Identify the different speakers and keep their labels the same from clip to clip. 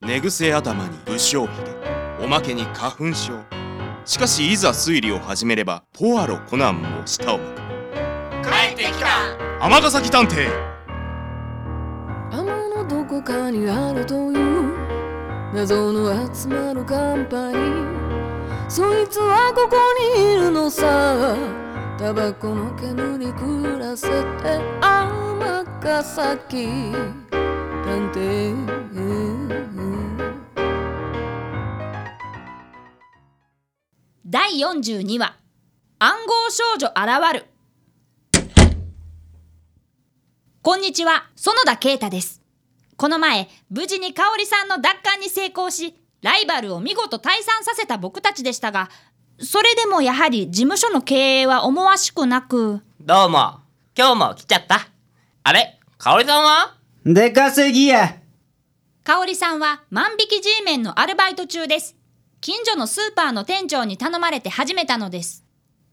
Speaker 1: 寝癖頭に不祥髭おまけに花粉症しかしいざ推理を始めればポアロコナンも舌を巻く
Speaker 2: 帰ってきた
Speaker 1: 尼崎探偵
Speaker 3: 雨のどこかにあるという謎の集まるカンパニーそいつはここにいるのさタバコの煙に暮らせて天ヶ崎探偵
Speaker 2: 第42話暗号少女現るこんにちは園田啓太ですこの前無事に香織さんの奪還に成功しライバルを見事退散させた僕たちでしたがそれでもやはり事務所の経営は思わしくなく
Speaker 4: どうも、今日も来ちゃった。あれ、かおりさんは
Speaker 5: 出稼ぎや
Speaker 2: 香織さんは万引き G メンのアルバイト中です近所のスーパーの店長に頼まれて始めたのです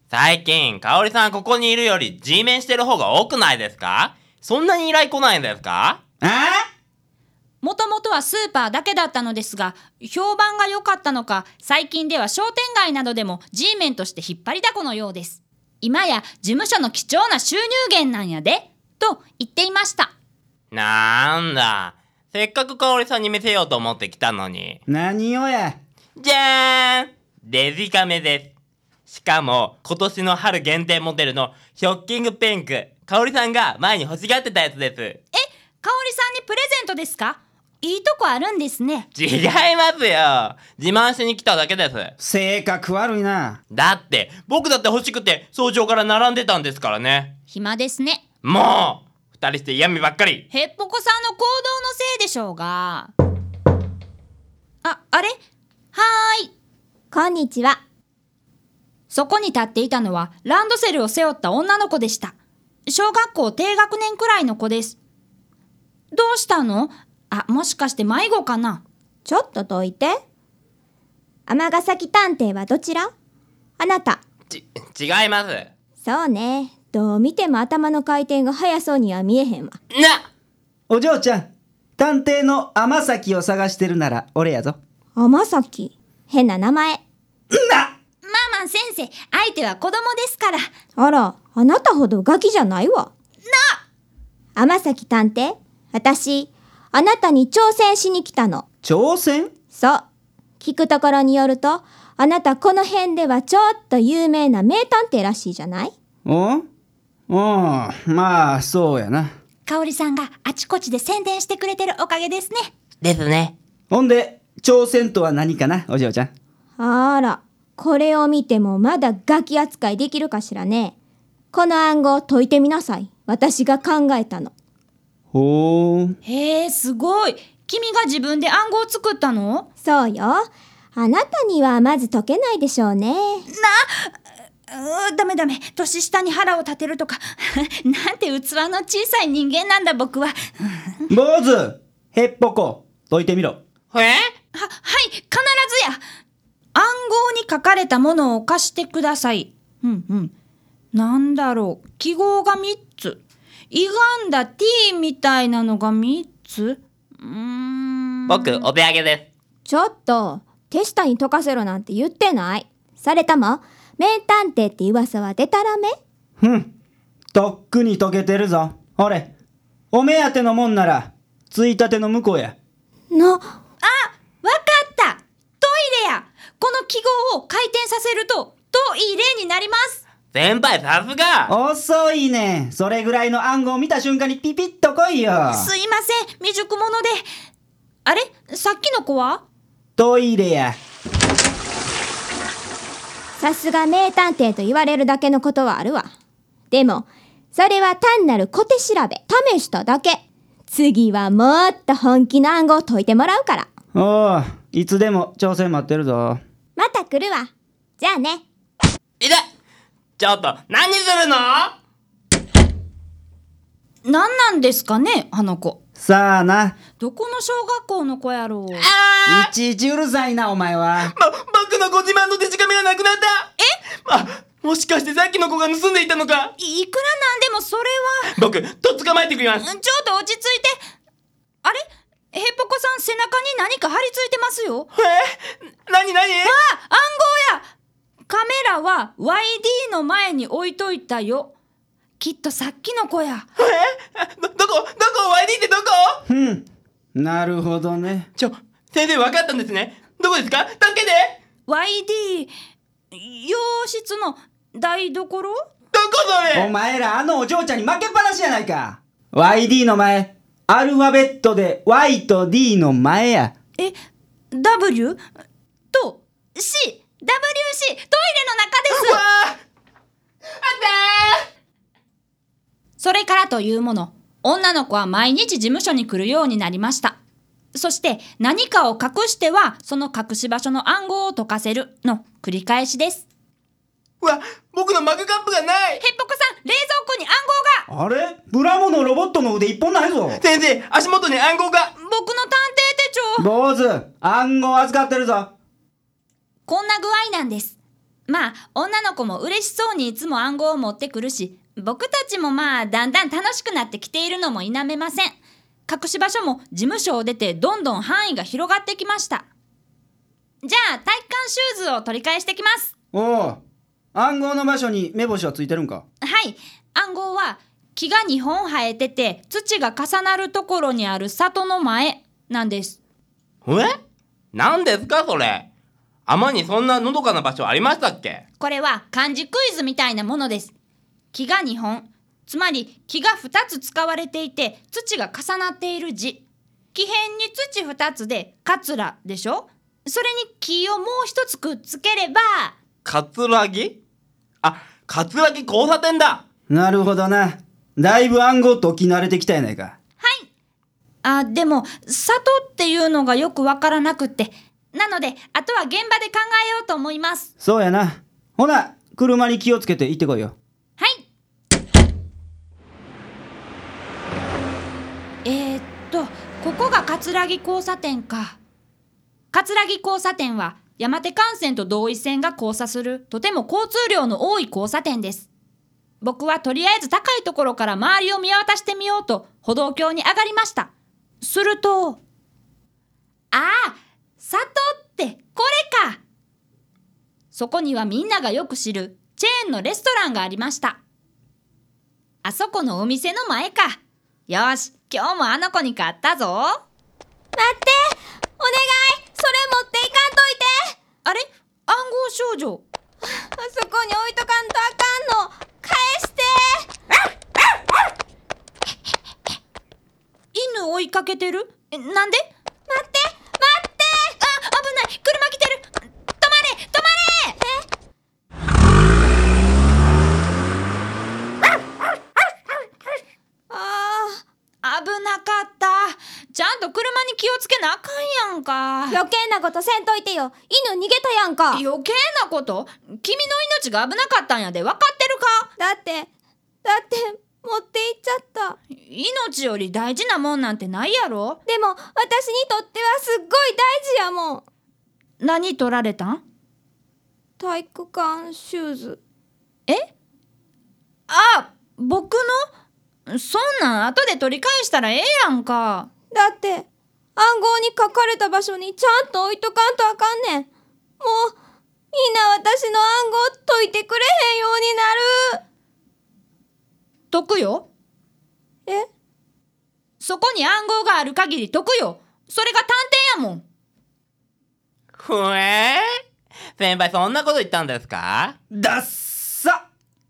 Speaker 4: 最近、かおりさんここにいるより G メンしてる方が多くないですかそんなに依頼来ないんですか
Speaker 5: あ
Speaker 2: もともとはスーパーだけだったのですが、評判が良かったのか、最近では商店街などでも G メンとして引っ張りだこのようです。今や事務所の貴重な収入源なんやで、と言っていました。
Speaker 4: なんだ。せっかくかおりさんに見せようと思って来たのに。
Speaker 5: 何をや
Speaker 4: じゃーんデジカメです。しかも、今年の春限定モデルのショッキングピンク。かおりさんが前に欲しがってたやつで
Speaker 2: 香織さんにプレゼントですかいいとこあるんですね。
Speaker 4: す。違いますよ。自慢しに来ただけです。
Speaker 5: 性格悪いな
Speaker 4: だって、僕だって欲しくて、早朝から並んでたんですからね。
Speaker 2: 暇ですね。
Speaker 4: もう二人して嫌味ばっかり
Speaker 2: ヘッポコさんの行動のせいでしょうが。あ、あれはーい。
Speaker 6: こんにちは。
Speaker 2: そこに立っていたのはランドセルを背負った女の子でした。小学校低学年くらいの子です。どうしたのあ、もしかして迷子かな
Speaker 6: ちょっとどいて。尼崎探偵はどちらあなた。
Speaker 4: ち、違います。
Speaker 6: そうね。どう見ても頭の回転が速そうには見えへんわ。
Speaker 4: な
Speaker 5: お嬢ちゃん探偵の天崎を探してるなら俺やぞ
Speaker 6: 尼崎。変な名前。
Speaker 2: マーマン先生、相手は子供ですから。
Speaker 6: あら、あなたほどガキじゃないわ。な天崎探偵私、あなたに挑戦しに来たの。
Speaker 5: 挑戦
Speaker 6: そう。聞くところによると、あなたこの辺ではちょっと有名な名探偵らしいじゃない
Speaker 5: おうんまあそうやな
Speaker 2: 香織さんがあちこちで宣伝してくれてるおかげですね。
Speaker 4: ですね。
Speaker 5: ほんで挑戦とは何かなお嬢ちゃん
Speaker 6: あら、これを見てもまだガキ扱いできるかしらね。この暗号解いてみなさい。私が考えたの。
Speaker 5: ほう
Speaker 2: へえ、すごい。君が自分で暗号を作ったの
Speaker 6: そうよ。あなたにはまず解けないでしょうね。
Speaker 2: うー、ダメダメ。年下に腹を立てるとか。 なんて器の小さい人間なんだ僕は。は、
Speaker 5: 坊主へっぽこどいてみろ
Speaker 4: え
Speaker 2: はい、必ずや。暗号に書かれたものを貸してください。うんうん。なんだろう。記号が3つ。歪んだ T みたいなのが3つうーん。
Speaker 4: 僕、お手上げで
Speaker 6: ちょっと、手下に解かせろなんて言ってない。されたも、名探偵って噂はでたらめ
Speaker 5: ふんとっくに溶けてるぞほれお目当てのもんならついたての向こうや
Speaker 6: の、
Speaker 2: わかったトイレやこの記号を回転させると、トイレになります
Speaker 4: す。先輩、さすが
Speaker 5: 遅いねそれぐらいの暗号を見た瞬間にピピッと来いよ
Speaker 2: すいません、未熟者で。あれさっきの子は
Speaker 5: トイレや
Speaker 6: さすが名探偵と言われるだけのことはあるわ。でも、それは単なる小手調べ、試しただけ。次はもっと本気の暗号を解いてもらうから。
Speaker 5: おういつでも挑戦待ってるぞ
Speaker 6: また来るわ。じゃあね。
Speaker 4: いでちょっと、何するの
Speaker 2: 何なんですかねあの子。
Speaker 5: さあな
Speaker 2: どこの小学校の子やろう
Speaker 5: いちいちうるさいなお前
Speaker 4: ま、
Speaker 5: は
Speaker 4: 僕のご自慢のデジカメがなくなったえま、もしかしてさっきの子が盗んでいたのか
Speaker 2: いくらなんでもそれは
Speaker 4: 僕、とっ捕まえてくります
Speaker 2: ちょっと落ち着いてあれヘポコさん背中に何か貼り付いてますよ
Speaker 4: えなになに
Speaker 2: あ暗号やカメラは YD の前に置いといたよきっとさっきの子や
Speaker 4: ど、どこどこ ?YD ってどこ
Speaker 5: うんなるほどね
Speaker 4: ちょ、先生分かったんですね。どこですか助けて
Speaker 2: YD 洋室の台所
Speaker 4: どこそれ
Speaker 5: お前らあのお嬢ちゃんに負けっぱなしやないか YD の前アルファベットで Y と D の前や
Speaker 2: え W と CWC トイレの中ですそれからというもの、女の子は毎日事務所に来るようになりました。そして何かを隠してはその隠し場所の暗号を解かせるの繰り返しです。
Speaker 4: うわ、僕のマグカップがない
Speaker 2: ヘッポコさん、冷蔵庫に暗
Speaker 5: あれブラボのロボットの腕一本ないぞ
Speaker 4: 先生、足元に暗号が
Speaker 2: 号が僕の探偵手帳
Speaker 5: 坊主暗号預かってるぞ
Speaker 2: こんな具合なんです。まあ、女の子も嬉しそうにいつも暗号を持ってくるし、僕たちもまあ、だんだん楽しくなってきているのも否めません。隠し場所も事務所を出てどんどん範囲が広がってきました。じゃあ、体育館シューズを取り返してきます。
Speaker 5: おう暗号の場所に目星はついてるんか
Speaker 2: はい暗号は木が2本生えてて土が重なるところにある里の前なんです
Speaker 4: え何ですかそれ天にそんなのどかな場所ありましたっけ
Speaker 2: これは漢字クイズみたいなものです木が2本つまり木が2つ使われていて土が重なっている字木片に土2つで「かつら」でしょそれに木をもう一つくっつければ
Speaker 4: かつらぎあ、かつらぎ交差点だ
Speaker 5: なるほどなだいぶ暗号解き慣れてきたやないか
Speaker 2: あでも里っていうのがよくわからなくってなのであとは現場で考えようと思います
Speaker 5: そうやなほな車に気をつけて行ってこいよ
Speaker 2: はい。えー、っと、ここが葛城交差点か。葛城交差点は山手幹線と同一線が交差するとても交通量の多い交差点です。僕はとりあえず高いところから周りを見渡してみようと歩道橋に上がりました。すると、ああ、里ってこれかそこにはみんながよく知るチェーンのレストランがありました。あそこのお店の前か。よし、今日もあの子に買ったぞ。
Speaker 6: 待ってお願いそれ持っていかんといて
Speaker 2: あれ暗号少女。
Speaker 6: あそこに置いとかんとあかんの返して
Speaker 2: 犬追いかけてるえなんで
Speaker 6: 待って待って
Speaker 2: あ、危ない車来てる止まれ止まれ
Speaker 6: あ
Speaker 2: 危なかった。ちゃんと車に気をつけなあかんやん
Speaker 6: あ
Speaker 2: か。
Speaker 6: 余計なことせんといてよ犬逃げたやんか
Speaker 2: 余計なこと君の命が危なかったんやで分かってるか
Speaker 6: だってだって持って行っちゃった
Speaker 2: 命より大事なもんなんてないやろ
Speaker 6: でも私にとってはすっごい大事やもん
Speaker 2: 何取られたん
Speaker 6: 体育館シューズ
Speaker 2: えあ僕のそんなん後で取り返したらええやんか
Speaker 6: だって暗号に書かれた場所にちゃんと置いとかんとあかんねんもうみんな私の暗号解いてくれへんよう
Speaker 2: 解くよ
Speaker 6: になるえ
Speaker 2: そこに暗号がある限り解くよそれが探偵やもん
Speaker 4: ふえー先輩そんなこと言ったんですか
Speaker 5: ダッサ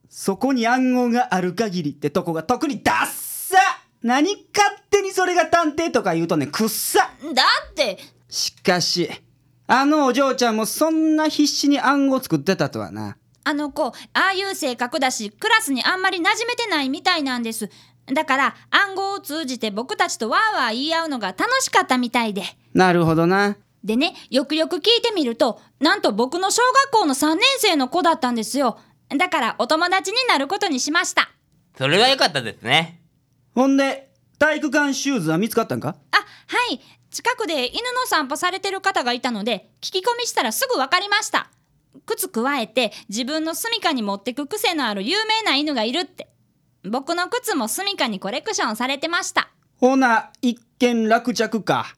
Speaker 5: そこに暗号がある限りってとこが特にダッサ何勝手にそれが探偵とか言うとんねんくっさ
Speaker 2: だって
Speaker 5: しかしあのお嬢ちゃんもそんな必死に暗号作ってたとはな
Speaker 2: あの子ああいう性格だしクラスにあんまり馴染めてないみたいなんですだから暗号を通じて僕たちとわーわー言い合うのが楽しかったみたいで
Speaker 5: なるほどな
Speaker 2: でねよくよく聞いてみるとなんと僕の小学校の3年生の子だったんですよだからお友達になることにしました
Speaker 4: それが良かったですね。
Speaker 5: ほんで体育館シューズは見つかったんか
Speaker 2: あはい近くで犬の散歩されてる方がいたので聞き込みしたらすぐ分かりました靴加えて自分の住処に持ってく癖のある有名な犬がいるって僕の靴も住処にコレクションされてました
Speaker 5: ほな、一件落着か。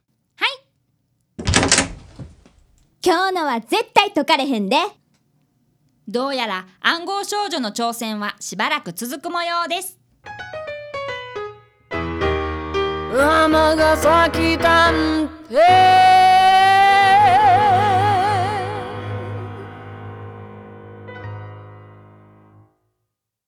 Speaker 6: 今日のは絶対解かれへんで
Speaker 2: どうやら暗号少女の挑戦はしばらく続く模様です
Speaker 3: 尼崎探偵